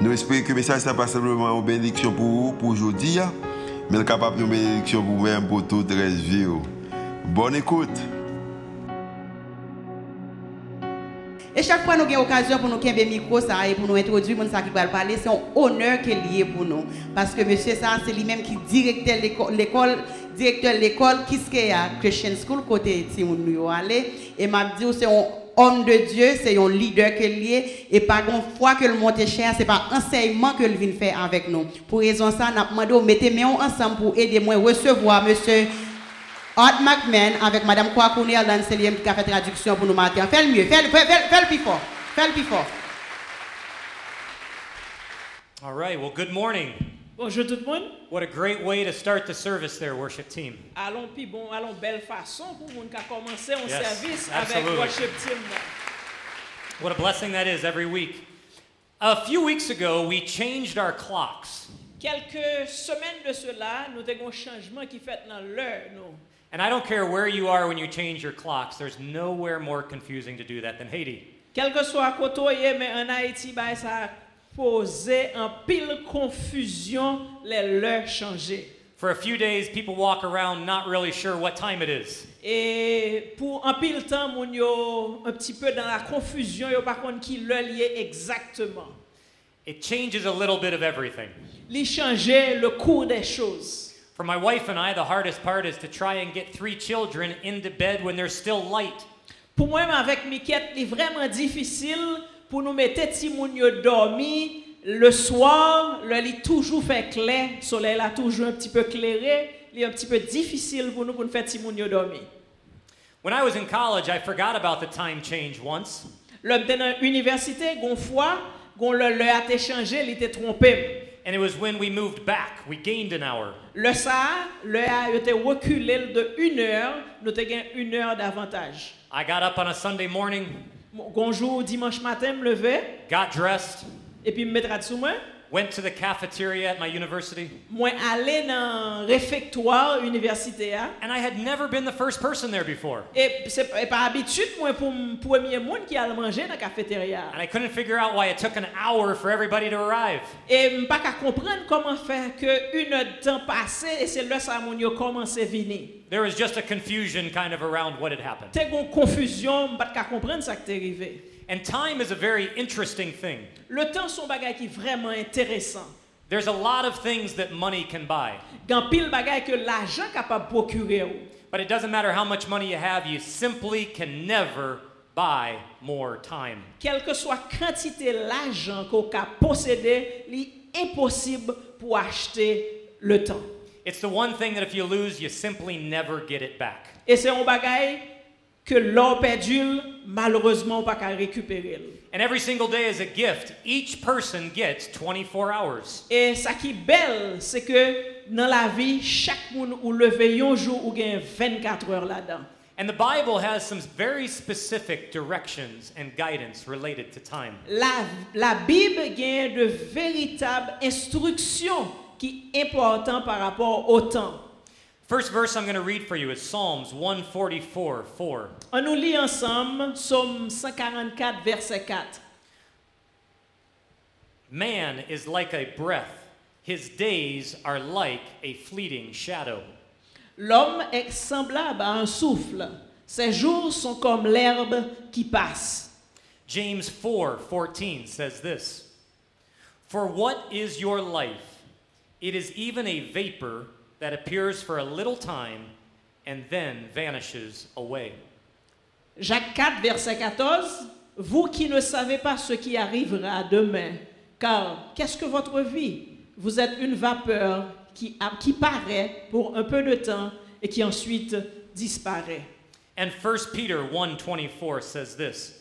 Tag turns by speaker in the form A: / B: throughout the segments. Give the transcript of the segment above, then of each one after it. A: Nous espérons que le message n'est pas simplement une bénédiction pour vous, pour aujourd'hui, mais capable une bénédiction pour vous-même, pour toute la vie. Bonne écoute.
B: Et chaque fois nous avons l'occasion pour nous qu'un micro ça et pour nous introduire mon ça qui va parler, c'est un honneur qu'il y est pour nous parce que monsieur ça c'est lui-même qui directeur l'éco- l'école directeur l'école qui est à Christian School côté ti moun nou yo aller et m'a dit c'est un homme de Dieu, c'est un leader qu'il y est et pas gon foi que le monte cher, c'est pas enseignement que le vient faire avec nous. Pour raison ça, n'a demandé au mettez main ensemble pour aider moi recevoir monsieur Art McMahon avec Madame Kwakounel dans le qui a fait traduction pour nous matin. Fais le mieux, fais le, fais, fais- fais le plus fort, fais le plus fort.
C: All right, well, good morning.
D: Bonjour tout le monde.
C: What a great way to start the service there, worship team.
D: Allons puis bon, allons belle façon pour moun ka commencer un
C: Yes,
D: service
C: absolutely.
D: avec worship team. là.
C: What a blessing that is every week. A few weeks ago, we changed our clocks.
D: Quelques semaines de cela, nous avons un changement qui fait dans l'heure nous.
C: And I don't care where you are when you change your clocks, there's nowhere more confusing to do that than Haiti.
D: Quel que soit côté mais en Haïti bah, ça a posé en pile confusion les l'heure changées.
C: For a few days, people walk around not really sure what time it is.
D: Et pour en pile temps moun yo un petit peu dans la confusion yo par contre qui l'heure lié exactement.
C: It changes a little bit of everything.
D: Li changer le cours des choses.
C: For my wife and I, the hardest part is to try and get three children into bed when there's still light.
D: Pou mwen mwen avèk Miket, li vreman difisil pou nou mette ti moun yo dormi le swar, le li toujou fè kle, soley la toujou un pti peu klerè, li un pti peu difisil pou nou pou nou fè ti moun yo dormi.
C: When I was in college, I forgot about the time change once.
D: Lòm te nan universite, gon fwa, gon lò lò a te chanje, li te trompem.
C: And it was when we moved back, we gained an hour.
D: Le sa, lò a yo te rekule l de 1 heure, nou te gen 1 heure davantage.
C: I got up on a Sunday morning,
D: Gonjou dimanche matin m leve,
C: got dressed,
D: epi m metra sou mwen,
C: went to the cafeteria at my university,
D: mwen ale nan refektoar universite a,
C: and I had never been the first person there before.
D: E se e pa abitud mwen pou m pwemye moun ki al manje nan kafeterya.
C: And I couldn't figure out why it took an hour for everybody to arrive.
D: E m pa ka kompren koman fè ke un tan pase e se lè sa moun yo komanse vini.
C: There was just a confusion kind of around what had happened.
D: Te gon konfuzyon, m pat ka kompren sa ki te rive.
C: And time is a very interesting thing.
D: Le tan son bagay ki vreman enteresan.
C: There's a lot of things that money can buy,
D: Gan pil bagay ke l'ajan kapab pokure ou.
C: but it doesn't matter how much money you have, you simply can never buy more time.
D: Kelke swa kantite l'ajan ko ka posede, li imposib pou achte le tan.
C: It's the one thing that if you lose, you simply never get it back.
D: E se yon bagay ke lor pedul, malreusement pa ka rekupere l.
C: And every single day is a gift. Each person gets 24 hours.
D: E sa ki bel, se ke nan la vi, chak moun ou leve yon jou ou gen 24 heures la dan.
C: And the Bible has some very specific directions and guidance related to time.
D: La, la Bib gen de veritab instruksyon ki important par rapport au tan.
C: First verse I'm going to read for you is Psalms 144 4.
D: An nou li ansam, som 144 verset 4.
C: Man is like a breath, his days are like a fleeting shadow.
D: L'homme est semblable à un souffle. Ses jours sont comme l'herbe qui passe.
C: James 4 14 says this For what is your life? It is even a vapor that appears for a little time and then vanishes away.
D: Jacques 4, verset 14. Vous qui ne savez pas ce qui arrivera demain, car qu'est-ce que votre vie Vous êtes une vapeur qui, a- qui paraît pour un peu de temps et qui ensuite disparaît.
C: And 1 Peter 1 24 says this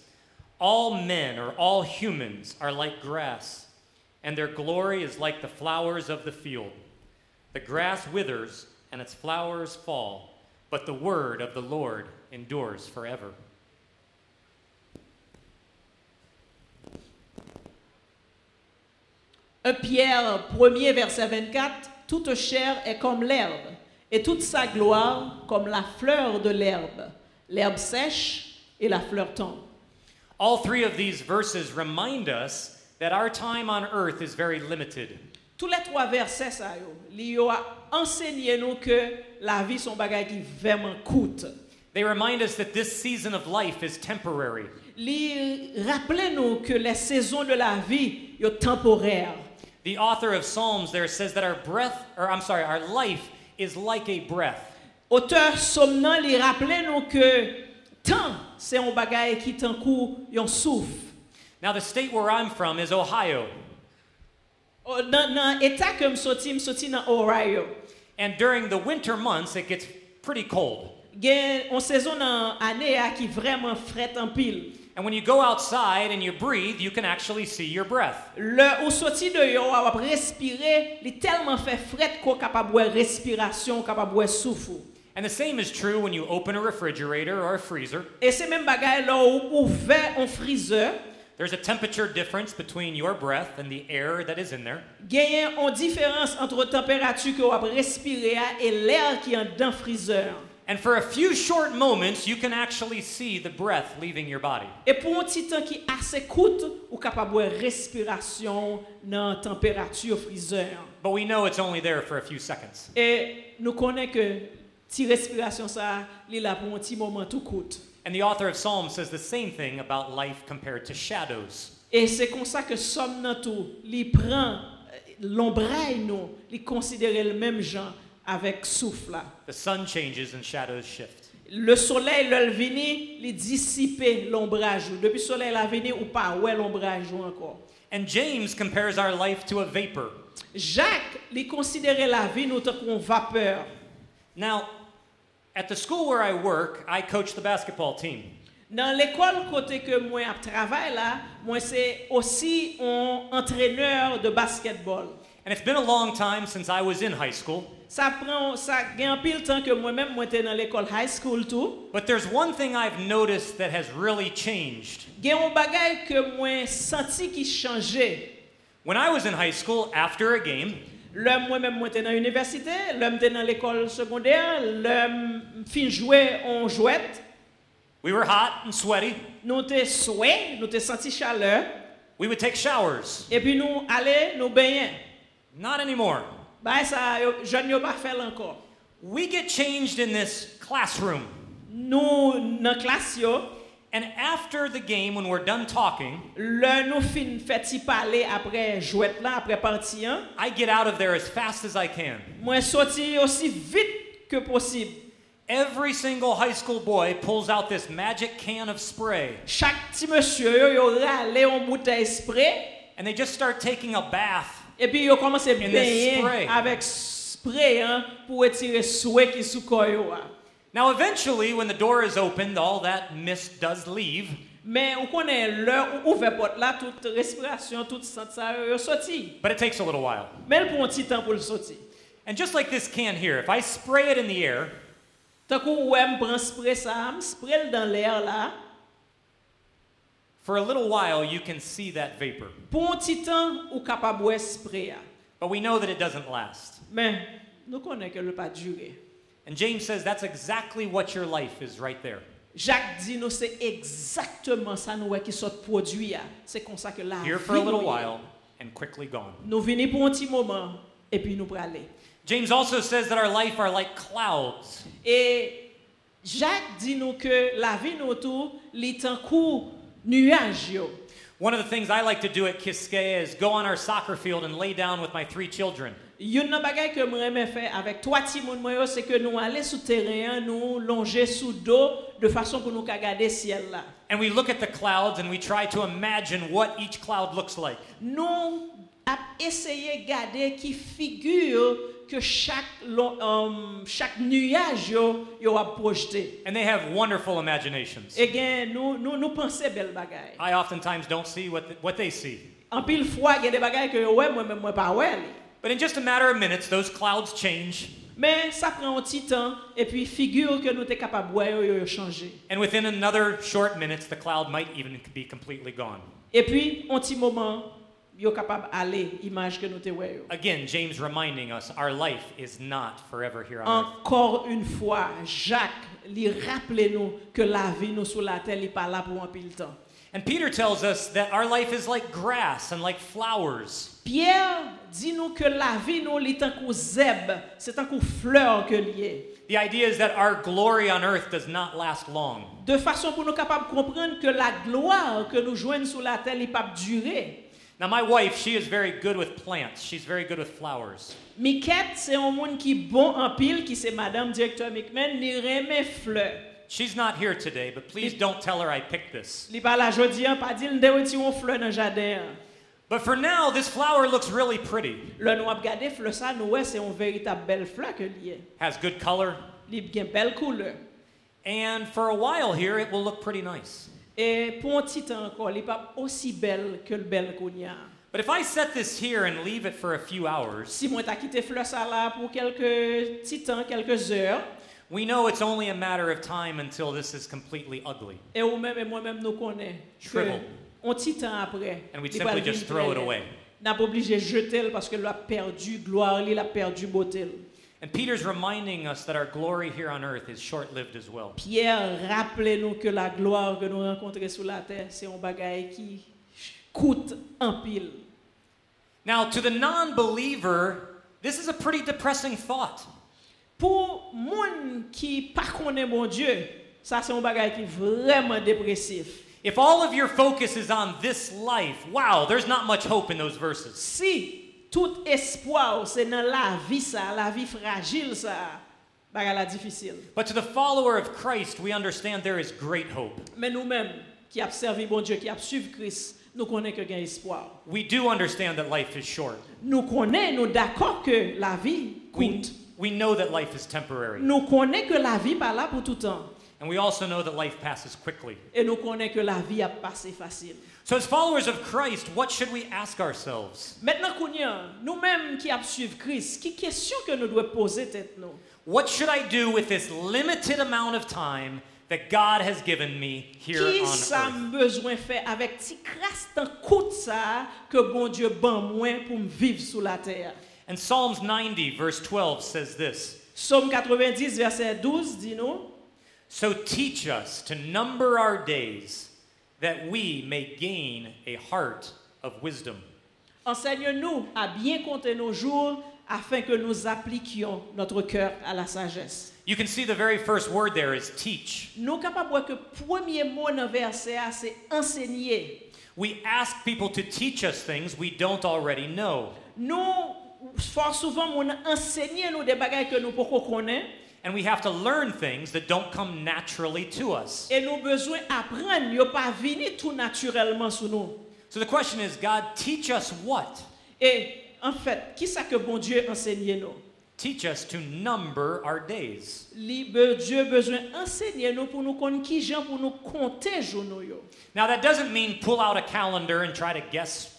C: All men or all humans are like grass, and their glory is like the flowers of the field. The grass withers and its flowers fall, but the word of the Lord endures forever.
D: Un Pierre 1er verset 24, toute chair est comme l'herbe, et toute sa gloire comme la fleur de l'herbe. L'herbe sèche et la fleur tombe.
C: All three of these verses remind us that our time on earth is very limited.
D: Tous les trois versets, ça yo, li yo a enseigné nous que la vie son bagay qui vraiment coûte.
C: They remind us that this season of life is temporary.
D: Li rappelez nous que les saisons de la vie yo temporaires.
C: The author of Psalms there says that our breath, or I'm sorry, our life is like a breath.
D: Auteur somnant li rappelez nous que temps c'est un bagay qui t'en court, yon souffle.
C: Now, the state where I'm from is Ohio,
D: Oh, Dans, dans état que me sorti, me sorti dans Ohio.
C: and during the winter months, it gets pretty cold.
D: Gen, on saison dans année a qui vraiment frette en pile.
C: And when you go outside and you breathe, you can actually see your breath.
D: Le ou sorti de yo, wap respire, li tellement fait fret qu'on capable de respiration, capable de souffle.
C: And the same is true when you open a refrigerator or a freezer.
D: Et c'est même bagay là ou ouvert en friseur,
C: There's a temperature difference between your breath and the air that is in there.
D: genyen on différence entre température que wap respire a et l'air qui est dans friseur.
C: And for a few short moments, you can actually see the breath leaving your body.
D: Et pour un petit temps qui assez court, ou capable de respiration dans température friseur.
C: But we know it's only there for a few seconds.
D: Et nous connaissons que ti respiration ça, li là pour un petit moment tout court.
C: And the author of Psalms says the same thing about life compared to shadows.
D: Et c'est comme ça que somme nan tout, li prend euh, l'ombraille nous, li considérer le même genre avec souffle là.
C: The sun changes and shadows shift.
D: Le soleil le vini, li dissiper l'ombrage. ou. Depuis soleil la vini ou pas ouais l'ombrage ou encore.
C: And James compares our life to a vapor.
D: Jacques li considérait la vie nous tant qu'on vapeur.
C: Now, at the school where I work, I coach the basketball team.
D: Dans l'école côté que moi ap travaille là, moi c'est aussi un entraîneur de basketball.
C: And it's been a long time since I was in high school,
D: Ça prend ça gagne pile temps que moi-même moi était dans l'école high school tout.
C: but there's one thing I've noticed that has really changed.
D: Gen yon bagay ke mwen santi ki chanje.
C: When I was in high school, after a game,
D: Lè mwen mèm mwen te nan universite, lè mwen te nan l'ekol sekondèr, lè m fin jwe on jwet,
C: we were hot and sweaty.
D: nou te souè, nou te santi chaleur,
C: We would take showers.
D: epi nou ale nou benyen.
C: Not anymore.
D: Bay sa, yo, jen yo pa fel ankor.
C: We get changed in this classroom.
D: Nou nan klas yo,
C: And after the game, when we're done talking,
D: lè nou fin feti pale apre jwet la, apre parti an,
C: I get out of there as fast as I can.
D: mwen soti osi vit ke posib.
C: Every single high school boy pulls out this magic can of spray
D: Chak ti monsye yo yo rale yon moutay spray,
C: and they just start taking a bath.
D: Et puis, ils ont commencé à
C: the spray.
D: baigner avec spray hein, pour retirer souhait qui sous corps. yo, hein.
C: Now, eventually, when the door is opened, all that mist does leave,
D: Mais on connaît l'heure où ouvert porte là, toute respiration, toute sent ça yo, yo sorti.
C: but it takes a little while.
D: Mais il prend un petit temps pour le sortir.
C: And just like this can here, if I spray it in the air,
D: Tant qu'on ouais, me prend spray ça, me spray le dans l'air là.
C: for a little while you can see that vapor.
D: Pour un petit temps, ou capable ouais spray. hein.
C: But we know that it doesn't last.
D: Mais nous connaissons que le pas durer.
C: And James says that's exactly what your life is right there.
D: Jacques dit nous c'est exactement ça nous ouais, qui sort produit. hein. C'est comme ça que la
C: Here for a
D: vie,
C: little
D: nous,
C: while and quickly gone.
D: Nous venons pour un petit moment et puis nous praler.
C: James also says that our life are like clouds.
D: Et Jacques dit nous que la vie nous autour, les temps court nuage yo.
C: One of the things I like to do at Kiskea is go on our soccer field and lay down with my three children.
D: Yon nan bagay ke mwen reme fè avec trois ti moun mwen yo, se ke nou ale sou terrain, nou longer sous d'eau de façon que nous ka gade ciel là.
C: And we look at the clouds and we try to imagine what each cloud looks like.
D: Nou ap eseye gade ki figure que chaque, lo- um, chaque nuage yo, yo ap projete.
C: And they have wonderful imaginations.
D: E gen nou, nou, nou pense bel bagay.
C: I oftentimes don't see what, th- what they see.
D: En pile fois, il y a des bagages que ouais, moi-même, moi pas ouais. li.
C: But in just a matter of minutes, those clouds change,
D: Mais ça prend un petit temps, et puis figure que nous sommes capables de voir, yo, yo, changer.
C: and within another short minutes, the cloud might even be completely gone.
D: Et puis, un petit moment, yo capable d'aller, image que nous te ouais, yo.
C: Again, James reminding us our life is not forever here on
D: Uh.
C: earth.
D: Encore une fois, Jacques, lui rappelez-nous que la vie nous sous la terre, n'est pas là pour un pile temps.
C: And Peter tells us that our life is like grass and like flowers.
D: Pierre dit nous que la vie nous est un coup zèbre, c'est un coup fleur que lié.
C: The idea is that our glory on earth does not last long.
D: De façon pour nous capables de comprendre que la gloire que nous joignons sous la terre n'est pas durée.
C: Now, my wife, she is very good with plants. She's very good with flowers.
D: Miquette, c'est un monde qui bon en pile, qui c'est Madame Directeur McMahon, ni remet fleur.
C: She's not here today, but please don't tell her I picked this.
D: Li pas la jodi an, pas dit, n'de reti yon fleur dans jardin. an.
C: But for now, this flower looks really pretty.
D: Le nou ap gade fleur sa, nou wè, c'est un véritable belle fleur que lié.
C: Has good color,
D: Li gen belle couleur.
C: and for a while here, it will look pretty nice.
D: Et pour un petit temps encore, li pas aussi belle que le belle qu'on y a.
C: But if I set this here and leave it for a few hours,
D: Si moi t'a quitté fleur ça là pour quelques petits temps, quelques heures,
C: we know it's only a matter of time until this is completely ugly.
D: et ou même et moi-même nous connaît. que
C: Shrivel.
D: Un petit temps après,
C: And we'd
D: li
C: simply
D: pral vin
C: just throw it
D: prêt.
C: away.
D: N'a pas obligé jeter le parce que l'a perdu gloire, il a perdu beauté. li.
C: And Peter's reminding us that our glory here on earth is short lived as well.
D: Pierre, rappelez-nous que la gloire que nous rencontrons sur la terre, c'est un bagage qui coûte en pile.
C: Now, to the non believer, this is a pretty depressing thought.
D: Pour monde qui pas connaît mon Dieu, ça c'est un bagage qui est vraiment dépressif.
C: If all of your focus is on this life, wow, there's not much hope in those verses.
D: Si tout espoir c'est dans la vie ça, la vie fragile ça, bagage la difficile.
C: But to the follower of Christ, we understand there is great hope.
D: Mais nous-mêmes qui avons servi mon Dieu, qui avons suivi Christ, nous connaissons que gain espoir.
C: We do understand that life is short.
D: Nous connaissons, nous d'accord que la vie
C: We,
D: coûte.
C: we know that life is temporary.
D: Nous connaissons que la vie pas là pour tout temps.
C: And we also know that life passes quickly.
D: Et nous connaissons que la vie a passé facile.
C: So, as followers of Christ, what should we ask ourselves?
D: Maintenant, Kounia, nous-mêmes qui avons suivi Christ, qui question que nous devons poser tête nous?
C: What should I do with this limited amount of time that God has given me here
D: Qui
C: on
D: ça
C: earth?
D: me besoin faire avec petit crasse tant coûte ça que bon Dieu ban moins pour me vivre sous la terre?
C: And Psalms 90, verse 12 says this
D: Somme 90, verset 12, dit nous,
C: So teach us to number our days that we may gain a heart of wisdom.
D: enseigne-nous à bien compter nos jours afin que nous appliquions notre cœur à la sagesse.
C: You can see the very first word there is teach.
D: Nous capables de voir que premier mot dans le verset, A, c'est enseigner.
C: We ask people to teach us things we don't already know.
D: Nou, fòr souvan moun ensegnye nou de bagay ke nou poko konen,
C: And we have to learn things that don't come naturally to us.
D: e nou bezwen apren, yo pa vini tout naturelman sou nou.
C: So the question is God, teach us what?
D: E, an fèt, ki sa ke bon Diyo ensegnye nou?
C: Teach us to number our days.
D: Li be Diyo bezwen ensegnye nou pou nou kon ki jan pou nou konte jou nou yo.
C: Now, that doesn't mean pull out a calendar and try to guess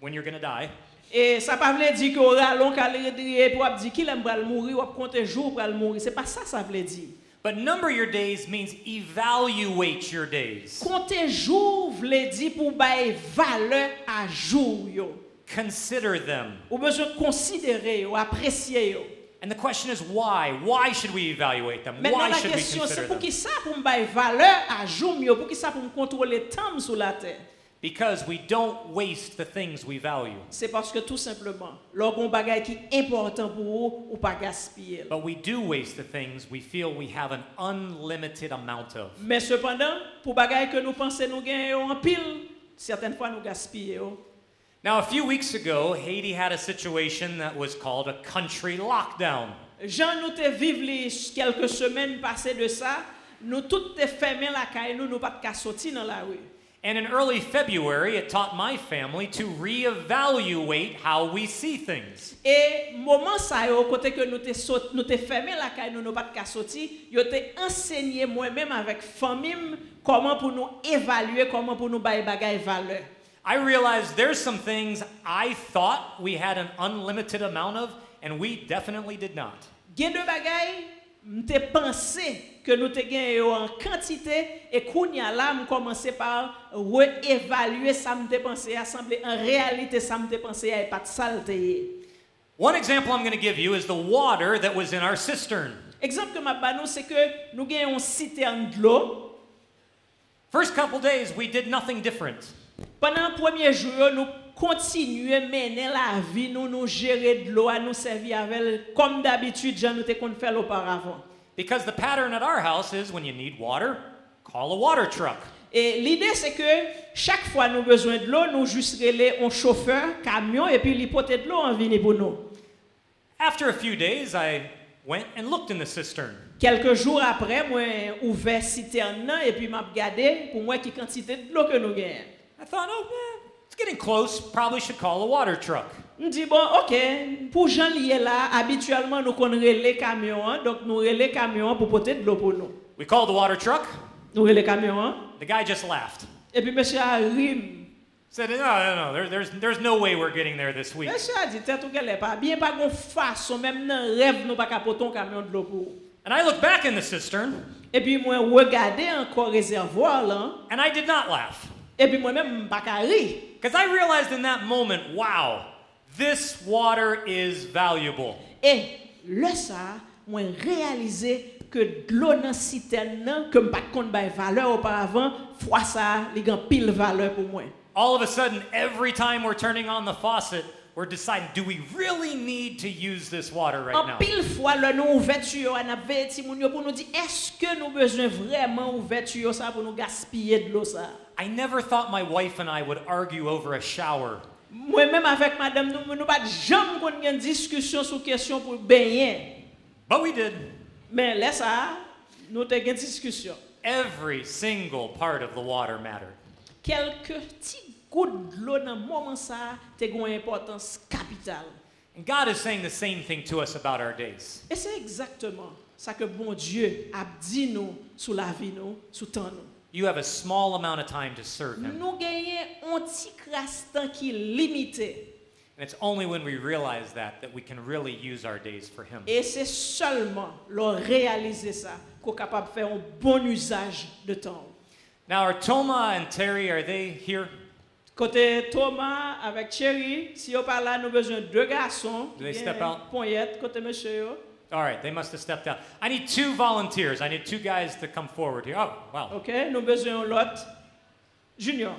C: when you're going to die.
D: E sa pa vle di ki ou ralon kalendriye pou ap di ki lem bral mouri, ou ap konte jou bral mouri. Se pa sa sa vle di.
C: But number your days means evaluate your days.
D: Konte jou vle di pou baye vale a jou yo.
C: Consider them.
D: Ou bezwen konsidere yo, apresye yo.
C: And the question is why? Why should we evaluate them?
D: Maintenant,
C: Why
D: la
C: should we
D: question,
C: consider
D: c'est pour
C: them?
D: qui ça pour me bailler valeur à jour mieux, pour qui ça pour me contrôler temps sur la terre.
C: Because we don't waste the things we value,
D: C'est parce que tout simplement, l'orgon bagay qui est important pour vous, ou pas gaspiller.
C: but we do waste the things we feel we have an unlimited amount of.
D: Mais cependant, pour bagay que nous pensons nous gagner en pile, certaines fois nous gaspillons.
C: Now, a few weeks ago, Haiti had a situation that was called a country lockdown.
D: Jean nous te vive les quelques semaines passées de ça, nous toutes te fermé la caille, nous nous pas de sortir dans la rue.
C: And in early February, it taught my family to reevaluate how we see things.
D: Et moment ça yo côté que nous t'es saut- nous t'es fermé la caille nous nous pas de sorti, yo t'ai enseigné moi-même avec famille comment pour nous évaluer, comment pour nous bailler bagaille valeur.
C: I realized there's some things I thought we had an unlimited amount of, and we definitely did not.
D: Gen de bagay, mte panse ke nou te gen yo an kantite e kounya la m komanse par re-evalue sa m te panse a, semble en realite sa m te panse a e pat salte ye.
C: One example I'm going to give you is the water that was in our cistern.
D: Ekzamp ke ma banou se ke nou gen yon sitern d'lo,
C: First couple days, we did nothing different.
D: panan premye jou nou kontinue mene la vi nou nou jere d'lo a nou servi avel kom d'abitude jan nou te kon fel oparavan.
C: Because the pattern at our house is when you need water, call a water truck.
D: Et l'idée, c'est que chaque fois nous besoin de l'eau, nous juste relais un chauffeur, camion, et puis l'hypothèse de l'eau en vient pour nous.
C: After a few days, I went and looked in the cistern.
D: Quelques jours après, moi, ouvert citerne, nan, et puis m'a regardé pour moi qui quantité de l'eau que nous gagnons.
C: I thought, oh, yeah, it's getting close. Probably should call a water truck.
D: On dit, bon, ok, pour Jean lié là, habituellement, nous qu'on relais camion, hein, donc nous relais camion pour porter de l'eau pour nous.
C: We called the water truck.
D: Nous relais camion, hein,
C: The guy just laughed.
D: et puis monsieur a ri.
C: Said, no, no, no, there, there's, there's no way we're getting there this week.
D: Monsieur a dit, tête ou qu'elle est pas bien, pas qu'on façon, même dans rêve, nous pas capoter un camion de l'eau pour vous.
C: And I looked back in the cistern,
D: Et puis moi regarder encore réservoir là,
C: and I did not laugh.
D: et puis moi-même pas qu'à rire.
C: Because I realized in that moment, wow, this water is valuable.
D: Et le ça, moi réalisé que de l'eau dans citerne nan, que pas compte bay valeur auparavant, fois ça, il a pile valeur pour moi.
C: All of a sudden, every time we're turning on the faucet, we're deciding, do we really need to use this water right
D: En
C: now?
D: pile fois le nous ouverture on a veillé ti moun yo pour nous dire est-ce que nous besoin vraiment ouverture ça pour nous gaspiller de l'eau ça.
C: I never thought my wife and I would argue over a shower.
D: Moi-même avec madame nous nous pas jamais qu'on une discussion sur question pour baigner.
C: But we did.
D: Mais là ça, nous te une discussion.
C: Every single part of the water mattered.
D: Kelke ti goud lo nan mouman sa te gwen importans kapital.
C: And God is saying the same thing to us about our days.
D: E se ekzakteman sa ke bon Diyo ap di nou sou la vi nou, sou tan nou.
C: You have a small amount of time to serve Him.
D: Nou genyen an ti kras tan ki limite.
C: And it's only when we realize that that we can really use our days for Him.
D: E se solman lo realize sa ko kapap fè an bon usaj de tan ou.
C: Now, are Toma and Terry, are they here?
D: Kote Thomas avèk Thierry, si yo pa la nou bezwen de gason,
C: Do they step out?
D: ponyet kote mèche yo.
C: All right, they must have stepped out. I need two volunteers. I need two guys to come forward here. Oh, wow.
D: Ok, nou bezwen yon lot. Junior.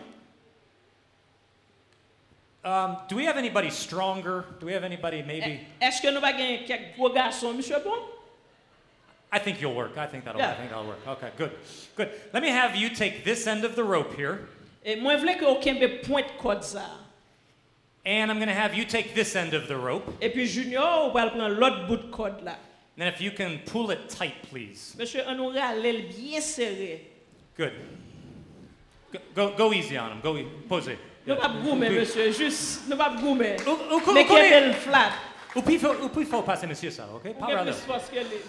C: Um, do we have anybody stronger? Do we have anybody maybe?
D: Eh, Est-ce que nous va gagner quelques gros garçons, monsieur Bon?
C: I think you'll work. I think that'll
D: Yeah.
C: work. I think that'll work. Okay, good. Good. Let me have you take this end of the rope here,
D: Et Eh, moi, je voulais que aucun me pointe code ça.
C: and I'm going to have you take this end of the rope. And
D: Et puis Junior, on va prendre l'autre bout de code là.
C: then if you can pull it tight, please.
D: Monsieur, on nous râle bien serré.
C: Good. Go, go, go easy on him. Go e- pose.
D: Nous pas goumer,
C: Good.
D: monsieur, juste, nous pas goumer.
C: Ou- ou- ou-
D: Mais
C: ou-
D: qu'elle est le flat.
C: Ou puis faut- ou puis faut passer monsieur ça, okay? Pas
D: Qu'elle
C: brother.
D: plus force qu'elle est.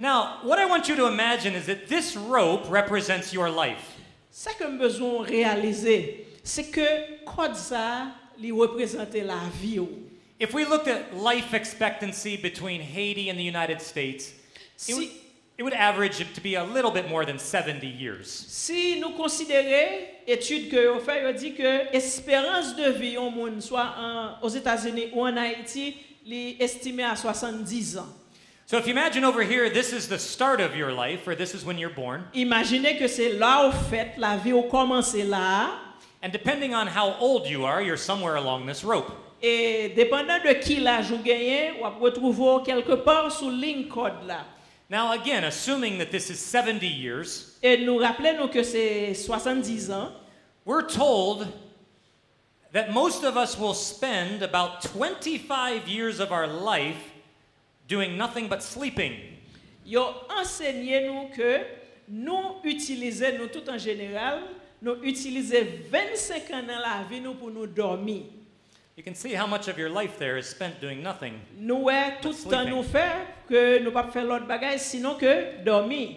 C: Now, what I want you to imagine is that this rope represents your life.
D: Ça que nous besoin réaliser, c'est que code ça, il représente la vie. oh. ou.
C: If we looked at life expectancy between Haiti and the United States, it, would,
D: Si-
C: it would average it to be a little bit more than 70 years.
D: Si nous considérons étude que on fait, on dit que espérance de vie au monde, soit en- aux États-Unis ou en Haïti, est estimée à 70 ans.
C: So if you imagine over here, this is the start of your life, or this is when you're born.
D: Imaginez que c'est là où fait la vie, où commencé là,
C: And depending on how old you are, you're somewhere along this rope.
D: et dépendant de qui l'âge ou gagné, on va retrouver quelque part sous ligne code là.
C: Now, again, assuming that this is 70 years,
D: Et nous rappelons que c'est 70 ans.
C: we're told that most of us will spend about 25 years of our life doing nothing but sleeping.
D: Ils ont enseigné nous que nous utilisons, nous tout en général, nous utilisons 25 ans dans la vie nous pour nous dormir.
C: You can see how much of your life there is spent doing nothing.
D: Nous, ouais, tout le temps
C: Sleeping.
D: nous faire que nous pas faire l'autre bagage sinon que dormir.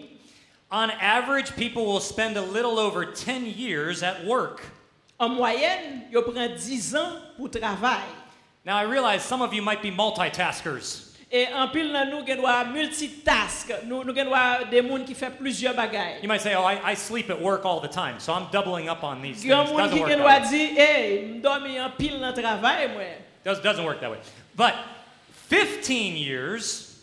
C: On average, people will spend a little over 10 years at work.
D: En moyenne, yo prend 10 ans pour travail.
C: Now, I realize some of you might be multitaskers,
D: Et en pile nan nou gen doit multitask, nou nou gen doit des moun qui fait plusieurs bagailles.
C: you might say, Oh, I, I sleep at work all the time, so I'm doubling up on these
D: Gen
C: things.
D: moun
C: Doesn't
D: ki
C: work,
D: gen
C: that way.
D: doit di, "Hey, m dormi en pile nan travail mwen."
C: Does, doesn't work that way. But 15 years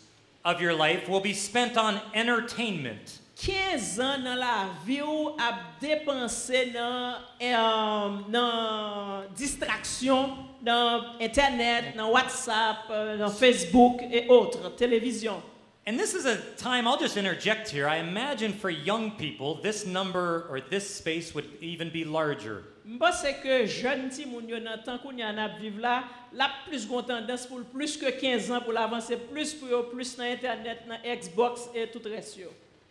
C: of your life will be spent on entertainment.
D: 15 ans dans la vie ou ap dépenser dans euh, dans distraction, dans internet, dans WhatsApp, euh, dans Facebook et autres, télévision.
C: And this is a time, I'll just interject here. I imagine for young people, this number or this space would even be larger.
D: Je pense que jeune ti moun yo nan tan koun yon ap viv la, la plus gon tendance pour plus que 15 ans pour l'avancer plus pour yo, plus dans internet, dans Xbox et tout reste yo.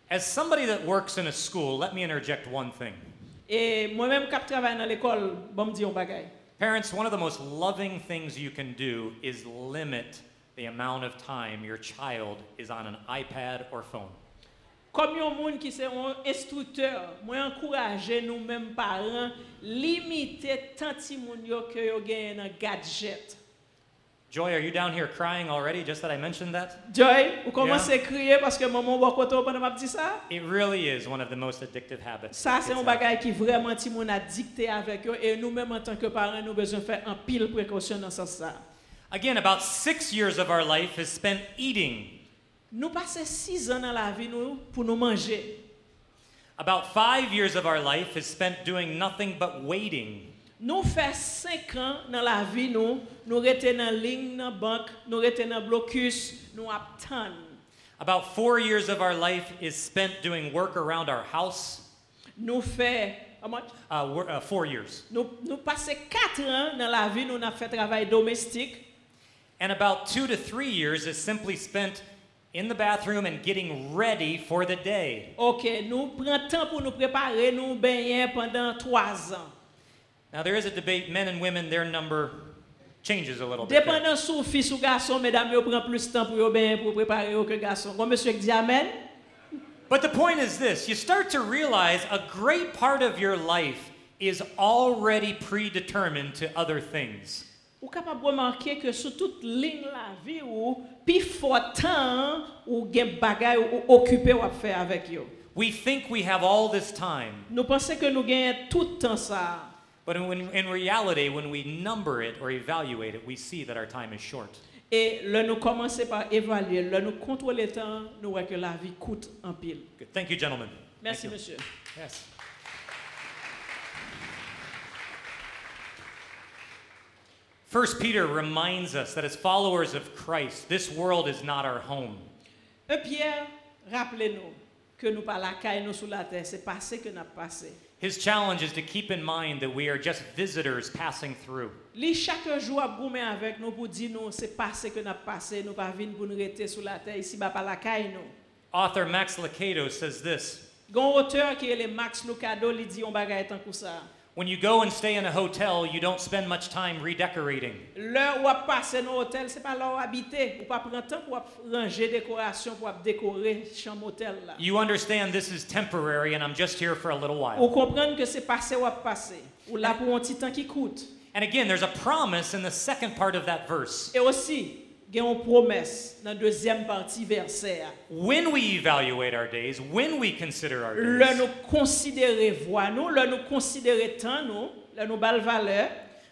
C: As somebody that works in a school, let me interject one thing.
D: Et moi-même kap travaille dans l'école, bon me dire un bagay.
C: Parents, one of the most loving things you can do is limit the amount of time your child is on an iPad or phone.
D: Comme yon moun qui c'est un instructeur, moi encourager nous mêmes parents limiter tant ti moun yo que yo gagne dans gadget.
C: Joy, are you down here crying already just that I mentioned that?
D: Joy, ou commencez à crier parce que maman bon koto pendant m'a dit ça.
C: It really is one of the most addictive habits.
D: Ça,
C: kids
D: c'est un
C: have.
D: bagage qui vraiment ti moun a dicté avec eux et nous-mêmes en tant que parents, nous besoin faire un pile précaution dans ce sens ça.
C: Again, about six years of our life is spent eating.
D: Nous passons six ans dans la vie nous pour nous manger.
C: About five years of our life is spent doing nothing but waiting.
D: Nous faisons cinq ans dans la vie nous, nous restons dans la ligne, dans la banque, nous restons dans le blocus, nous attendons.
C: About four years of our life is spent doing work around our house.
D: Nous faisons, how much?
C: Uh, wor- uh, four years.
D: nous, nous passons quatre ans dans la vie nous, nous fait travail domestique.
C: And about two to three years is simply spent in the bathroom and getting ready for the day.
D: Ok, nous prenons temps pour nous préparer, nous baigner pendant trois ans.
C: Now, there is a debate men and women, their number changes a little bit. there.
D: Dépendant sous fils ou garçon, mesdames, vous prenez plus de temps pour vous baigner, pour préparer vous que garçon. Comme monsieur qui dit Amen.
C: But the point is this you start to realize a great part of your life is already predetermined to other things.
D: Vous êtes capable de remarquer que sur toute ligne de la vie, ou plus fort temps, ou des bagages ou occupé ou à faire avec vous.
C: We think we have all this time,
D: Nous pensons que nous gagnons tout le temps ça.
C: but when, in reality, when we number it or evaluate it, we see that our time is short.
D: Et là, nous commençons par évaluer, là, nous contrôlons le temps, nous voyons que la vie coûte en pile.
C: Good. Thank you, gentlemen. Thank
D: Merci,
C: you.
D: monsieur.
C: Yes. First Peter reminds us that as followers of Christ, this world is not our home.
D: Un Euh, Pierre, rappelez-nous que nous par la caille, nous sous la terre, c'est passé que nous avons passé.
C: His challenge is to keep in mind that we are just visitors passing through.
D: Lui, chaque jour, a goumé avec nous pour dire nous, c'est passé que nous avons passé, nous pas venus pour nous rester sous la terre, ici, bas par la caille, nous.
C: Author Max Licato says this
D: Gon auteur qui est le Max Lucado, il dit on bagaille tant que ça.
C: When you go and stay in a hotel, you don't spend much time redecorating.
D: L'heure où on passe dans l'hôtel, c'est pas là où habiter. Ou pas prendre temps pour ranger décoration, pour décorer chambre hôtel là.
C: You understand this is temporary and I'm just here for a little
D: Ou
C: while.
D: comprendre que c'est passé ou à passer. Ou là pour un petit temps qui coûte.
C: And again, there's a promise in the second part of that verse.
D: Et aussi, il y a une promesse dans la deuxième partie verset. a.
C: When we evaluate our days, when we consider our
D: Là,
C: days,
D: nous considérer voix nous, là, nous considérer temps nous, là, nous bal valeur,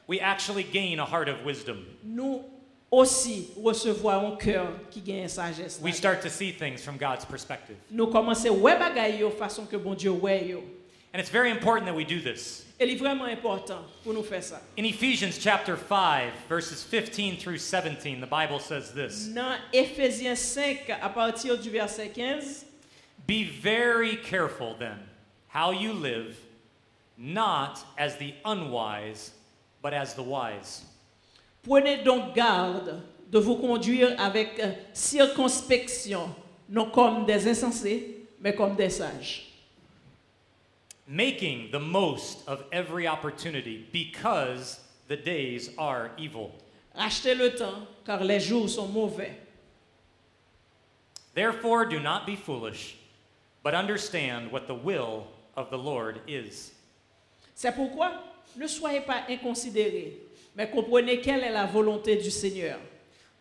C: we actually gain a heart of wisdom.
D: nous aussi recevoir un cœur qui gagne sagesse.
C: We
D: là.
C: start to see things from God's perspective.
D: Nous commençons ouais bagaille de façon que bon Dieu ouais yo.
C: And it's very important that we do this.
D: Et c'est vraiment important pour nous faire ça.
C: In Ephesians chapter 5, verses 15 through 17, the Bible says this.
D: Dans Ephésiens 5, à partir du verset 15,
C: Be very careful then how you live, not as the unwise, but as the wise,
D: Prenez donc garde de vous conduire avec euh, circonspection, non comme des insensés, mais comme des sages.
C: making the most of every opportunity because the days are evil.
D: Achetez le temps, car les jours sont mauvais.
C: Therefore, do not be foolish, but understand what the will of the Lord is.
D: C'est pourquoi ne soyez pas inconsidérés, mais comprenez quelle est la volonté du Seigneur.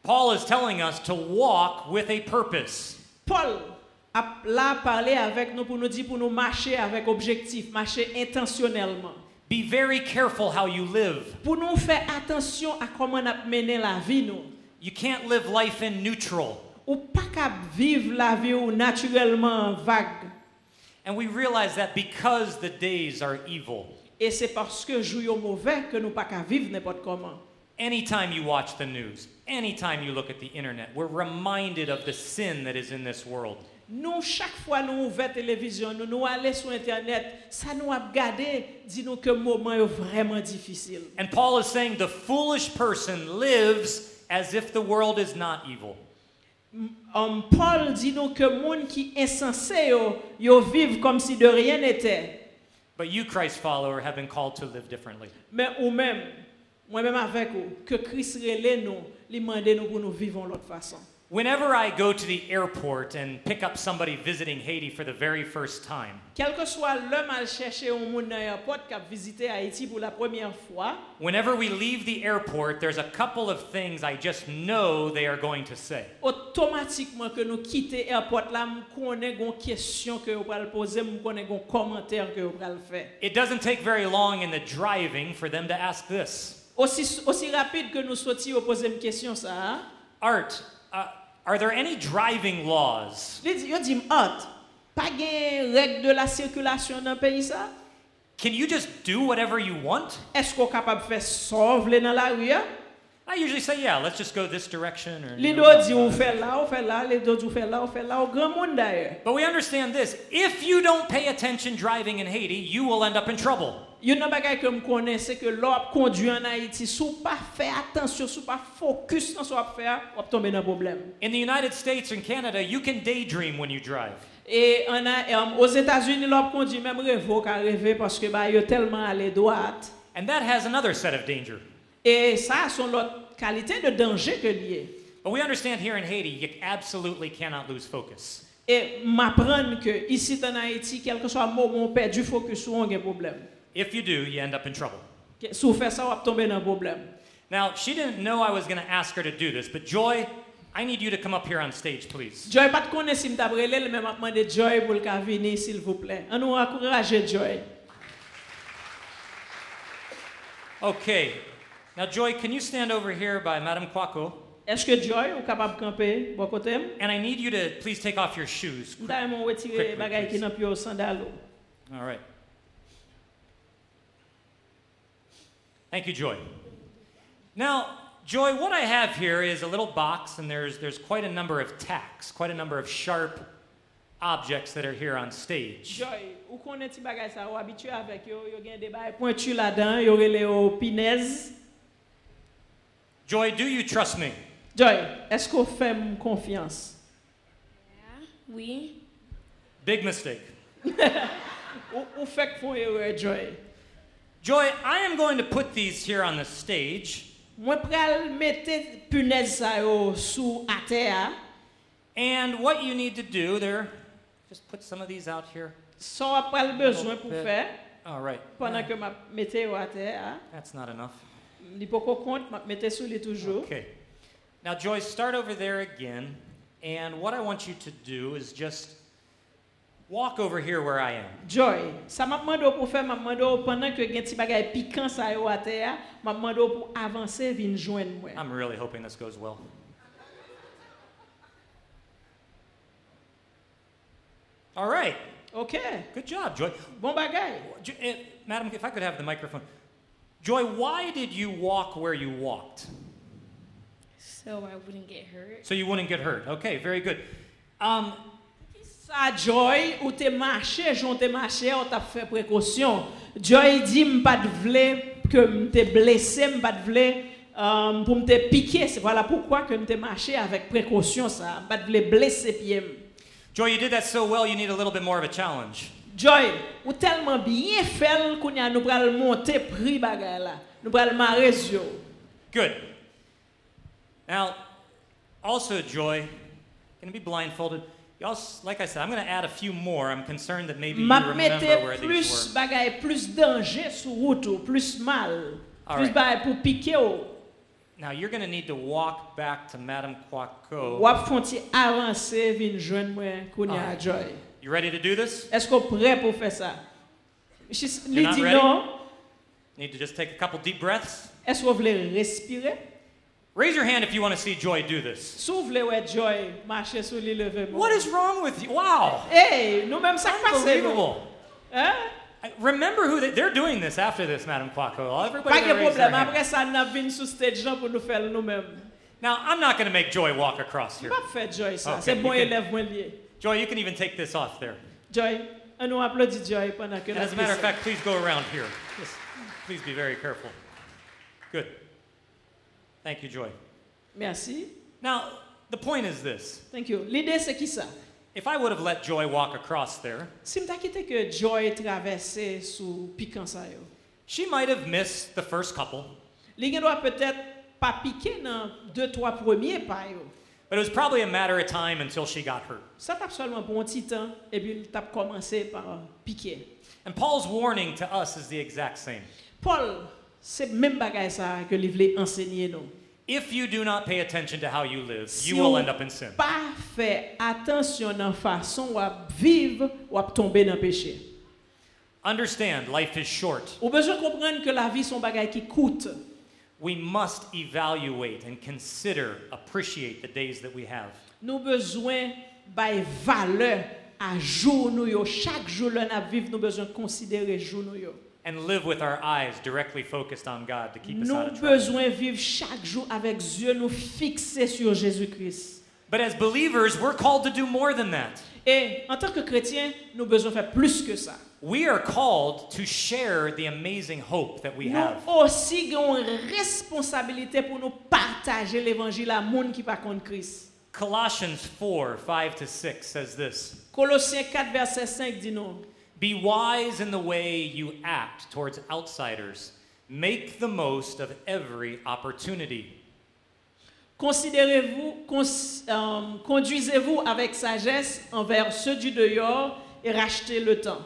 C: Paul is telling us to walk with a purpose.
D: Paul a là parlé avec nous pour nous dire pour nous marcher avec objectif, marcher intentionnellement.
C: Be very careful how you live.
D: Pour nous faire attention à comment nous mener la vie nous.
C: You can't live life in neutral.
D: Ou pas qu'à vivre la vie ou naturellement vague.
C: And we realize that because the days are evil.
D: Et c'est parce que jouons mauvais que nous pas qu'à vivre n'importe comment.
C: Anytime you watch the news, anytime you look at the internet, we're reminded of the sin that is in this world.
D: Nous, chaque fois nous ouvrons la télévision, nous nous allons sur Internet, ça nous a regardé, dit nous que le moment est vraiment difficile.
C: And Paul is saying the foolish person lives as if the world is not evil.
D: Hum, Paul dit nous que le monde qui est insensé, yo, yo vivent comme si de rien n'était.
C: But you, Christ follower, have been called to live differently.
D: Mais ou même, moi-même avec vous, que Christ relève nous, lui demande nous pour nous vivons l'autre façon.
C: Whenever I go to the airport and pick up somebody visiting Haiti for the very first time,
D: Quel que soit l'homme à chercher un monde dans l'aéroport qui a visité Haïti pour la première fois,
C: whenever we leave the airport, there's a couple of things I just know they are going to say.
D: automatiquement que nous quittons l'aéroport là, je connais une question que vous allez poser, je connais un commentaire que vous allez faire.
C: It doesn't take very long in the driving for them to ask this
D: Aussi, aussi rapide que nous sortions, vous poser une question ça. hein?
C: Art, uh, are there any driving laws?
D: Li di, yo di, ant, pa gen règle de la sirkulasyon nan peyi sa?
C: Can you just do whatever you want?
D: Esko kapab fè sov le nan la hein? ria?
C: I usually say, yeah, let's just go this direction. Or,
D: Li
C: you
D: do
C: know.
D: di ou fè la, ou fè la, li do di ou fè la, ou fè la, ou gran moun daye.
C: But we understand this if you don't pay attention driving in Haiti, you will end up in trouble.
D: Yon nan bagay ke m konen, se ke lò ap kondu an Haiti, sou pa fè atensyon, sou pa fokus nan sou ap fè, wap tombe nan problem.
C: In the United States and Canada, you can daydream when you drive.
D: E an a, e, um, os Etats-Unis lò ap kondu, mèm revo ka reve, paske ba yo telman ale doat.
C: And that has another set of danger.
D: E sa son lot kalite de denje ke liye.
C: But we understand here in Haiti, you absolutely cannot lose focus.
D: Et m'apprendre que ici en Haïti, quel que soit le moment où on perd du focus, on a un problème.
C: If you do, you end up in trouble.
D: Que- Si on fait ça, on va tomber dans un problème.
C: Now, she didn't know I was going to ask her to do this, but Joy, I need you to come up here on stage, please.
D: Joy, pas de connaître si m'ta brûlé, le même m'a demandé Joy pour le cas venir, s'il vous plaît. On nous encourage Joy.
C: Okay. Now, Joy, can you stand over here by Madame Kwako?
D: Est-ce que Joy est capable de camper, bon côté?
C: And I need you to please take off your shoes.
D: M'ta m'ont
C: Quick,
D: retiré les
C: quick,
D: bagages qui
C: please.
D: n'ont plus au sandalo.
C: All right. Thank you, Joy. Now, Joy, what I have here is a little box, and there's, there's quite a number of tacks, quite a number of sharp objects that are here on stage.
D: Joy, ou connaît petit bagage ça, ou habitué avec yo, yo gagne des bagages pointus là-dedans, yo relé au pinez.
C: Joy, do you trust me?
D: Joy, est-ce qu'on fait m confiance?
E: Oui.
C: Big mistake.
D: Ou, ou fait qu'on erreur, e, Joy?
C: Joy, I am going to put these here on the stage,
D: Mwen pral mette punez sa yo sou ate a,
C: and what you need to do there, just put some of these out here.
D: sa wap pral bezwen pou fè,
C: All right.
D: panan ke map mette yo ate a,
C: That's not enough.
D: li poko kont map mette sou li toujou.
C: Okay. Now, Joyce, start over there again. And what I want you to do is just walk over here where I am.
D: Joy, sa map mando pou fè, map mando panan ke gen ti bagay pikan sa yo ate a, map mando pou avanse vin jwen mwen.
C: I'm really hoping this goes well. All right.
D: Ok,
C: Good job, Joy.
D: bon bagay.
C: J- eh, Madam, if I could have the microphone. Joy, why did you walk where you walked?
E: So I wouldn't get hurt.
C: So you wouldn't get hurt. Okay, very good. Um,
D: Sa Joy, ou te mache, joun te mache, ou ta fè prekosyon. Joy di m pat vle ke m te blese, m pat vle um, pou m te pike. Se voilà pourquoi ke m te mache avèk prekosyon sa. M pat vle blese piye m.
C: Joy, you did that so well, you need a little bit more of a challenge.
D: Joy, ou telman biye fel koun ya nou pral monte pri bagay la. Nou pral mare zyo.
C: Good. Now, also, Joy, can it be blindfolded? Y'all, s- like I said, I'm going to add a few more. I'm concerned that maybe you
D: M'a
C: remember
D: mette
C: where
D: plus
C: these were.
D: bagay, plus danger sou route ou, plus mal,
C: All
D: plus
C: right.
D: bagay pou pike ou.
C: Now you're going to need to walk back to Madame Quaco.
D: Wap fonti avanse vin jwen mwen konya
C: All
D: a
C: right.
D: Joy.
C: You ready to do this?
D: Esko pre pou fè sa? She's, li
C: not
D: di
C: ready?
D: non,
C: Need to just take a couple deep breaths.
D: esko vle respire?
C: Raise your hand if you want to see Joy do this.
D: Sou vle wè Joy mache sou li leve mwen?
C: What is wrong with you? Wow.
D: Hey, nou mèm sak pase nou.
C: Unbelievable.
D: Hein?
C: I- Remember who they, they're doing this after this, Madam Quacko. Everybody
D: Pa
C: gonna
D: gen
C: raise their
D: problem,
C: hand.
D: apre sa nan vin sou stage jan pou nou fèl nou mèm.
C: Now, I'm not going to make Joy walk across here.
D: Pa fè Joy sa,
C: Okay,
D: se bon
C: you can-
D: elev mwen liye.
C: Joy, you can even take this off there.
D: Joy, an nou aplodi Joy pandan ke
C: And as a matter of fact, please go around here. Just, please be very careful. Good. Thank you, Joy.
D: Merci,
C: Now, the point is this.
D: thank you. L'ide se ki sa?
C: If I would have let Joy walk across there,
D: Si mta kite ke Joy travesse sou pikan sa yo,
C: she might have missed the first couple,
D: li gen doa petèt pa pike nan 2-3 premye pa yo.
C: but it was probably a matter of time until she got hurt.
D: Sa tap solman pou an ti tan, e pi tap komanse par pike.
C: And Paul's warning to us is the exact same.
D: Paul, se men bagay sa ke li vle ensegnye nou.
C: If you do not pay attention to how you live,
D: Si
C: you will
D: ou
C: end up in sin.
D: Pa fè atensyon nan fason wap vive, wap tombe nan peche.
C: Understand, life is short.
D: Ou bezon komprenn ke la vi son bagay ki koute.
C: We must evaluate and consider, appreciate the days that we have.
D: Nou bezwen bay vale a jour nou yo. Chak jour lè nan vive, nou bezon konsidere jour nou yo.
C: and live with our eyes directly focused on God to keep us out
D: Nou
C: of trouble.
D: bezwen vive chak jour avèk zye nou fikse sur Jésus-Christ.
C: But as believers, we're called to do more than that.
D: E, an tanke kretyen, nou bezon fè plus ke sa.
C: We are called to share the amazing hope that we have.
D: Nou osi gen yon responsabilite pou nou partaje l'évangil a moun ki pa kont Christ.
C: Colossians 4 5 to 6 says this
D: Kolosyen 4, verset 5 di nou,
C: Be wise in the way you act towards outsiders, make the most of every opportunity.
D: Considérez-vous, cons- euh, conduisez-vous avec sagesse envers ceux du dehors et rachetez le temps.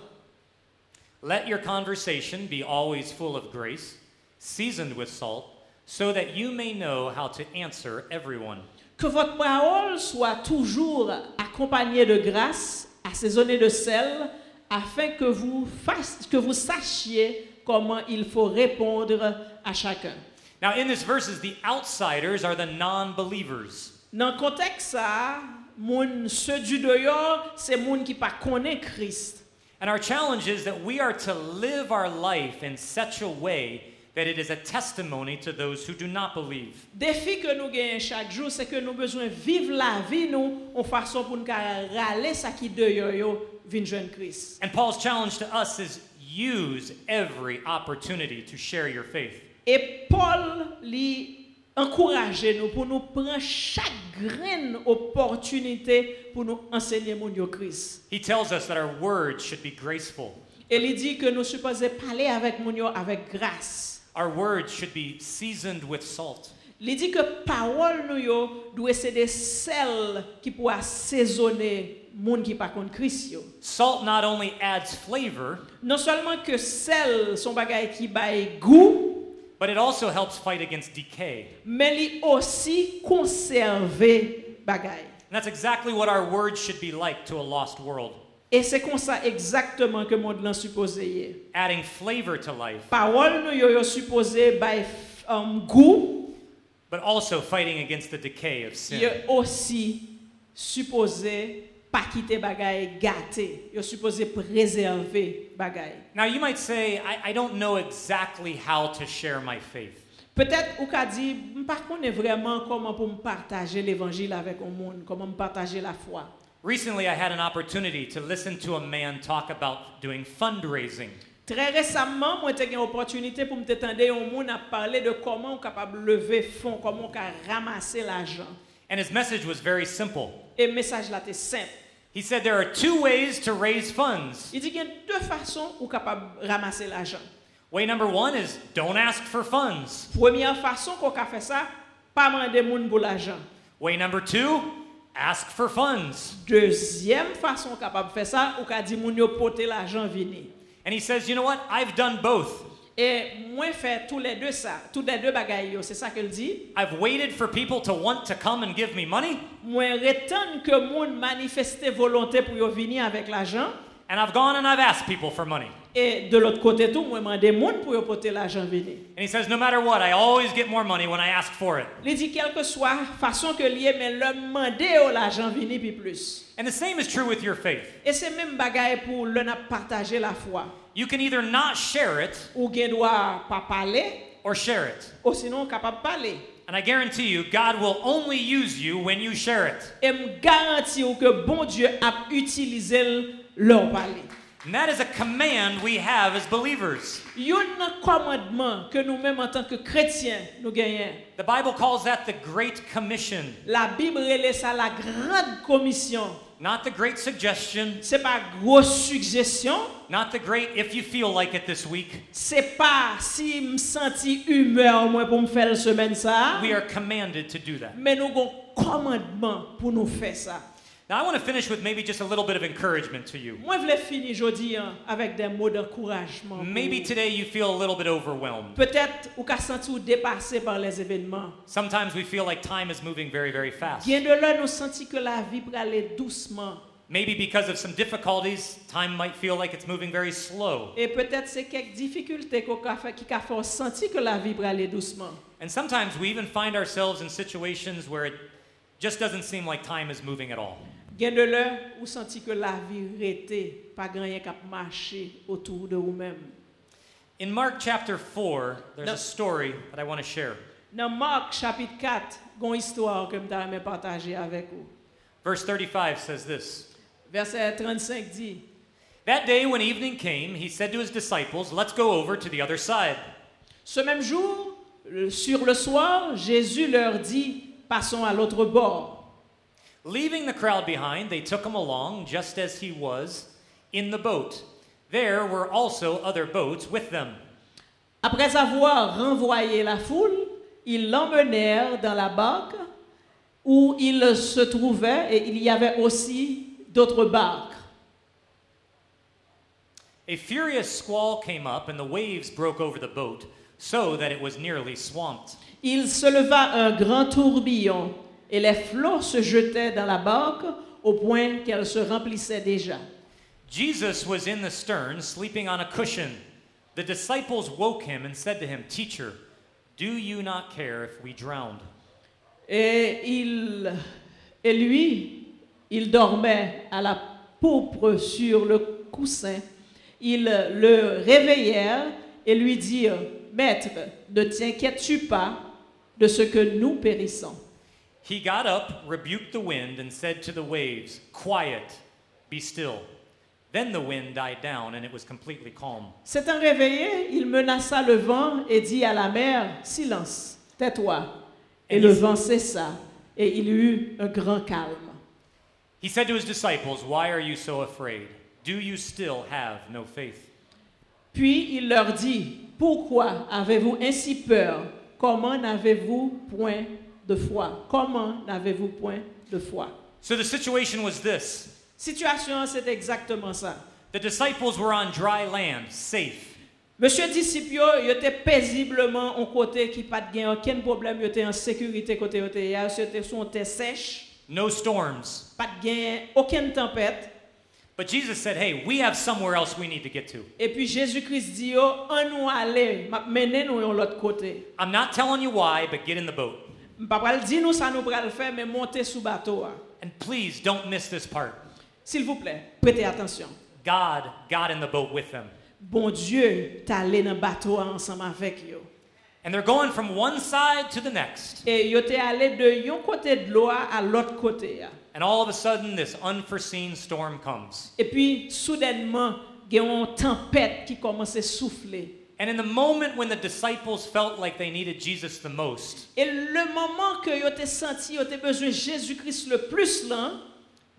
C: Let your conversation be always full of grace, seasoned with salt, so that you may know how to answer everyone.
D: Que votre parole soit toujours accompagnée de grâce, assaisonnée de sel, afin que vous, fasse- que vous sachiez comment il faut répondre à chacun.
C: Now, in this verse, is the outsiders are the non believers.
D: Dans le contexte, ça, moun- ceux du dehors, c'est moun qui pas connaît Christ.
C: And our challenge is that we are to live our life in such a way that it is a testimony to those who do not believe.
D: Défi que nous gagnons chaque jour, c'est que nous avons besoin de vivre la vie, nous, en façon pour nous ca- râler ça qui dehors, yo, vin jeune Christ.
C: And Paul's challenge to us is use every opportunity to share your faith.
D: Et Paul, lui, encourager nous pour nous prendre chaque graine opportunité pour nous enseigner mon Dieu Christ.
C: He tells us that our words should be graceful,
D: Et il dit que nous supposons parler avec mon Dieu avec grâce.
C: our words should be seasoned with salt.
D: Il dit que parole nous yo doit c'est des sel qui pour assaisonner monde qui pas contre Christ yo.
C: Salt not only adds flavor,
D: Non seulement que sel son bagay qui baille goût,
C: but it also helps fight against decay.
D: mais li aussi conserver bagay.
C: And that's exactly what our words should be like to a lost world.
D: Et c'est comme ça exactement que monde l'an supposé yé.
C: adding flavor to life,
D: Parole nou yo yo supposé bay um, goût,
C: but also fighting against the decay of sin.
D: yo aussi supposé pas quitter bagay gâté. Yo supposé préserver bagay.
C: Now, you might say, I, I don't know exactly how to share my faith.
D: Peut-être ou ka di, m pa konen vraiment comment pour me partager l'évangile avec un monde, comment me partager la foi.
C: Recently, I had an opportunity to listen to a man talk about doing fundraising.
D: Très récemment, moi, j'ai eu opportunité pour me t'étendre au monde à parler de comment on est capable de lever fonds, comment on peut ramasser l'argent.
C: And his message was very simple.
D: Et le message là, c'est simple.
C: He said there are two ways to raise funds.
D: Il dit qu'il y a deux façons où on est capable de ramasser l'argent.
C: Way number one is don't ask for funds.
D: Première façon qu'on peut faire ça, pas demander monde pour l'argent.
C: Way number two, Ask for funds.
D: Deuxième façon capable de faire ça, ou qu'a dit moun yo pote l'argent vini.
C: And he says, You know what? I've done both.
D: Et moi fait tous les deux ça, tous les deux bagailles yo, c'est ça qu'elle dit.
C: I've waited for people to want to come and give me money,
D: Moi retan que moun manifeste volonté pour yo venir avec l'argent
C: and I've gone and I've asked people for money.
D: et de l'autre côté tout, moi mandé moun pour yo pote l'argent vini.
C: And he says, No matter what, I always get more money when I ask for it.
D: Il dit quelle que soit façon que lié mais le mandé yo l'argent vini puis plus.
C: And the same is true with your faith.
D: Et c'est même bagaille pour le n'a partager la foi.
C: You can either not share it
D: Ou gen doit pas parler
C: or share it.
D: ou sinon capable parler.
C: And I guarantee you, God will only use you when you share it.
D: et me garantir que bon Dieu a utilisé leur parler.
C: And that is a command we have as believers.
D: Il y a un commandement que nous-mêmes en tant que chrétiens nous gagnons.
C: The Bible calls that the Great Commission,
D: La Bible relève ça la grande commission.
C: not the Great Suggestion,
D: C'est pas grosse suggestion,
C: not the Great if you feel like it this week.
D: c'est pas si me senti humeur moi pour me faire semaine ça,
C: We are commanded to do that.
D: mais nous avons un commandement pour nous faire ça.
C: Now, I want to finish with maybe just a little bit of encouragement to you.
D: Moi je voulais finir aujourd'hui hein, avec des mots d'encouragement. pour
C: Maybe
D: vous.
C: today you feel a little bit overwhelmed.
D: Peut-être ou qu'a senti ou dépassé par les événements.
C: Sometimes we feel like time is moving very, very fast.
D: Bien de là, nous senti que la vie pour aller doucement.
C: Maybe because of some difficulties, time might feel like it's moving very slow.
D: Et peut-être c'est quelques difficultés qu'on a fait- qui a fait sentir que la vie pour aller doucement.
C: And sometimes we even find ourselves in situations where it just doesn't seem like time is moving at all.
D: Bien de là, ou senti que la vie était pas grand cap marché autour de vous-même.
C: In Mark chapter 4, there's
D: No.
C: a story that I want to share.
D: Dans Marc chapitre 4, une histoire que je vais partager avec vous.
C: Verse 35 says this
D: Verset 35 dit
C: That day when evening came, he said to his disciples, Let's go over to the other side.
D: Ce même jour, le- sur le soir, Jésus leur dit Passons à l'autre bord.
C: Leaving the crowd behind, they took him along just as he was in the boat. There were also other boats with them.
D: Après avoir renvoyé la foule, ils l'emmenèrent dans la barque où il se trouvait et il y avait aussi d'autres barques.
C: A furious squall came up, and the waves broke over the boat so that it was nearly swamped.
D: Il se leva un grand tourbillon et les flots se jetaient dans la barque au point qu'elle se remplissait déjà.
C: Jesus was in the stern, sleeping on a cushion. The disciples woke him and said to him, Teacher, do you not care if we drowned?
D: Et, il, et lui, il dormait à la pourpre sur le coussin. Ils le réveillèrent et lui dirent, Maître, ne t'inquiètes-tu pas de ce que nous périssons
C: He got up, rebuked the wind, and said to the waves, Quiet, be still. Then the wind died down, and it was completely calm.
D: S'étant réveillé, il menaça le vent et dit à la mer, Silence, tais-toi. Et
C: Et
D: le
C: il-
D: vent cessa, et il y eut un grand calme.
C: He said to his disciples, Why are you so afraid? Do you still have no faith?
D: Puis il leur dit, Pourquoi avez-vous ainsi peur Comment n'avez-vous point de foi Comment n'avez-vous point de foi
C: So the situation was this
D: Situation, c'est exactement ça.
C: the disciples were on dry land, safe.
D: Monsieur Discipio, il était paisiblement en côté qui pas de gain, aucun problème, il était en sécurité côté côté, il était son terre sèche,
C: No storms.
D: pas de gain, aucune tempête.
C: But Jesus said, Hey, we have somewhere else we need to get to.
D: Et puis Jésus-Christ dit, oh, on nous aller, menez nous de l'autre côté.
C: I'm not telling you why, but get in the boat.
D: Papa le dit, nous, ça nous pourra le faire, mais montez sous bateau. ah.
C: And please don't miss this part.
D: S'il vous plaît, prêtez attention.
C: God got in the boat with them.
D: Bon Dieu, t'es allé dans le bateau ensemble avec eux.
C: And they're going from one side to the next.
D: Et yo t'es allé de un côté de l'eau à l'autre côté. ah.
C: And all of a sudden, this unforeseen storm comes.
D: Et puis, soudainement, il y a une tempête qui commence à souffler.
C: And in the moment when the disciples felt like they needed Jesus the most,
D: Et le moment que yo t'es senti, yo t'es besoin de Jésus-Christ le plus là,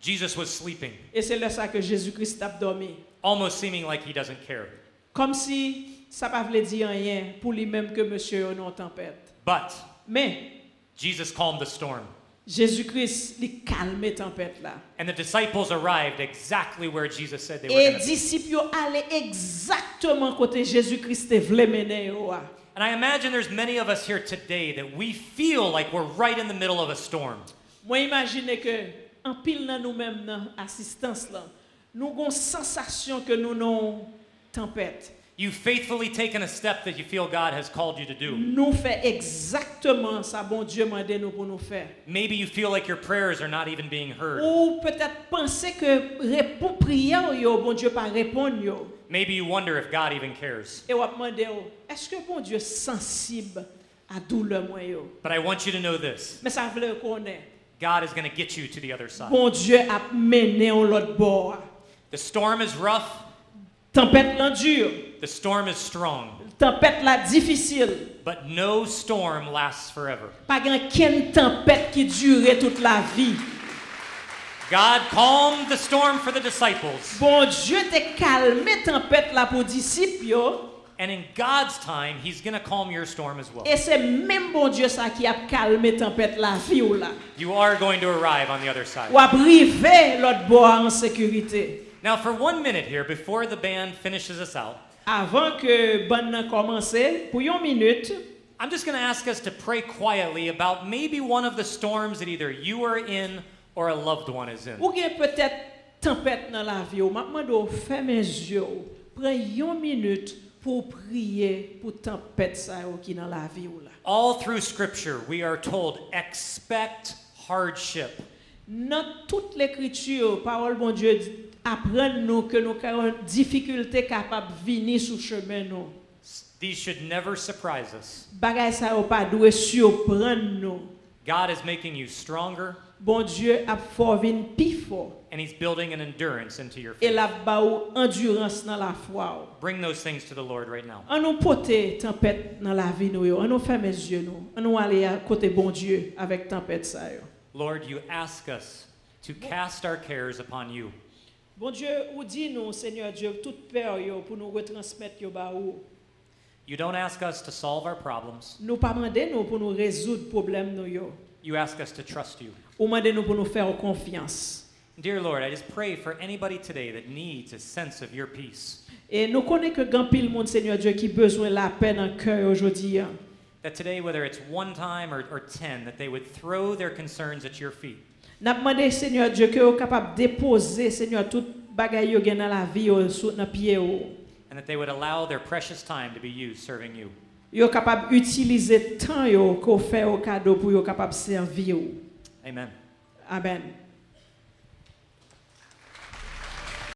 C: Jesus was sleeping,
D: et c'est là ça que Jésus-Christ t'a dormi.
C: almost seeming like he doesn't care.
D: Comme si ça ne voulait dire rien pour lui-même que monsieur non tempête.
C: But
D: Mais
C: Jesus calmed the storm.
D: Jésus-Christ li kalme tempête la.
C: And the disciples arrived exactly where Jesus said they were
D: Et
C: going to be.
D: disip yo ale exactement kote Jésus-Christ te vle mene yo ah. a.
C: And I imagine there's many of us here today that we feel like we're right in the middle of a storm.
D: Mwen imagine ke an pil nan nou menm nan asistans lan, nou gon sensasyon ke nou nan tempète.
C: You've faithfully taken a step that you feel God has called you to do.
D: Nou fè exactement sa bon Diyo mande nou pou nou fè.
C: Maybe you feel like your prayers are not even being heard.
D: Ou peut-être penser que répond prière yo, bon Dieu pas répondre yo.
C: Maybe you wonder if God even cares.
D: Et ou ap mande yo, est-ce que bon Dieu sensible à douleur moi yo?
C: But I want you to know this
D: Mais ça veut connaître.
C: God is going to get you to the other side.
D: Bon Dieu a mené au l'autre bord. ah.
C: The storm is rough,
D: Tempête la dure,
C: the storm is strong,
D: tempête la difficile.
C: but no storm lasts forever.
D: Pas grand ken tempête qui durait toute la vie.
C: God calmed the storm for the disciples,
D: Bon Dieu t'es calmé tempête là pour disciples yo.
C: and in God's time, He's going to calm your storm as well.
D: Et c'est même bon Dieu ça qui a calmé tempête la vie ou là.
C: You are going to arrive on the other side.
D: Ou a privé l'autre bois en sécurité.
C: Now, for one minute here, before the band finishes us out,
D: Avant que Bonne nan commence, pour une minute,
C: I'm just going to ask us to pray quietly about maybe one of the storms that either you are in or a loved one is in.
D: ou gen peut-être tempête dans la vie, ou m'a demandé ou ferme les yeux, ou prends une minute pour prier pour tempête ça ou qui dans la vie ou là.
C: All through Scripture, we are told expect hardship.
D: Dans toute l'écriture, parole bon Dieu dit, apprenne nous que nous avons une difficulté capable de venir sur chemin nous.
C: S- These should never surprise us.
D: Bagay ça ou pas doué surprendre nous.
C: God is making you stronger,
D: Bon Dieu a fort vin pi fort.
C: and He's building an endurance into your
D: et
C: faith.
D: la ba ou endurance dans la foi. ou.
C: Bring those things to the Lord right now.
D: An nou pote tempête dans la vie nou yo, an nou ferme yeux nou, an nou aller à côté bon Dieu avec tempête ça yo.
C: Lord, you ask us to cast our cares upon you.
D: Bon Dieu, ou dit nous Seigneur Dieu toute peur yo pour nous retransmettre yo ba ou.
C: You don't ask us to solve our problems,
D: Nou pa mande nou pour nous résoudre problème nou yo.
C: you ask us to trust you.
D: Ou mande nou pour nous faire confiance.
C: Dear Lord, I just pray for anybody today that needs a sense of your peace,
D: Et nous connaissons que grand pile monde Seigneur Dieu qui besoin la paix dans cœur aujourd'hui. hein.
C: that today, whether it's one time or, or ten, that they would throw their concerns at your feet.
D: N'a demandé Seigneur Dieu que vous capable déposer Seigneur toute bagaille yo gen dans la vie yo sous dans pied yo.
C: and that they would allow their precious time to be used serving you.
D: yo capable utiliser temps yo qu'on fait au cadeau pour yo capable servir yo.
C: Amen.
D: Amen.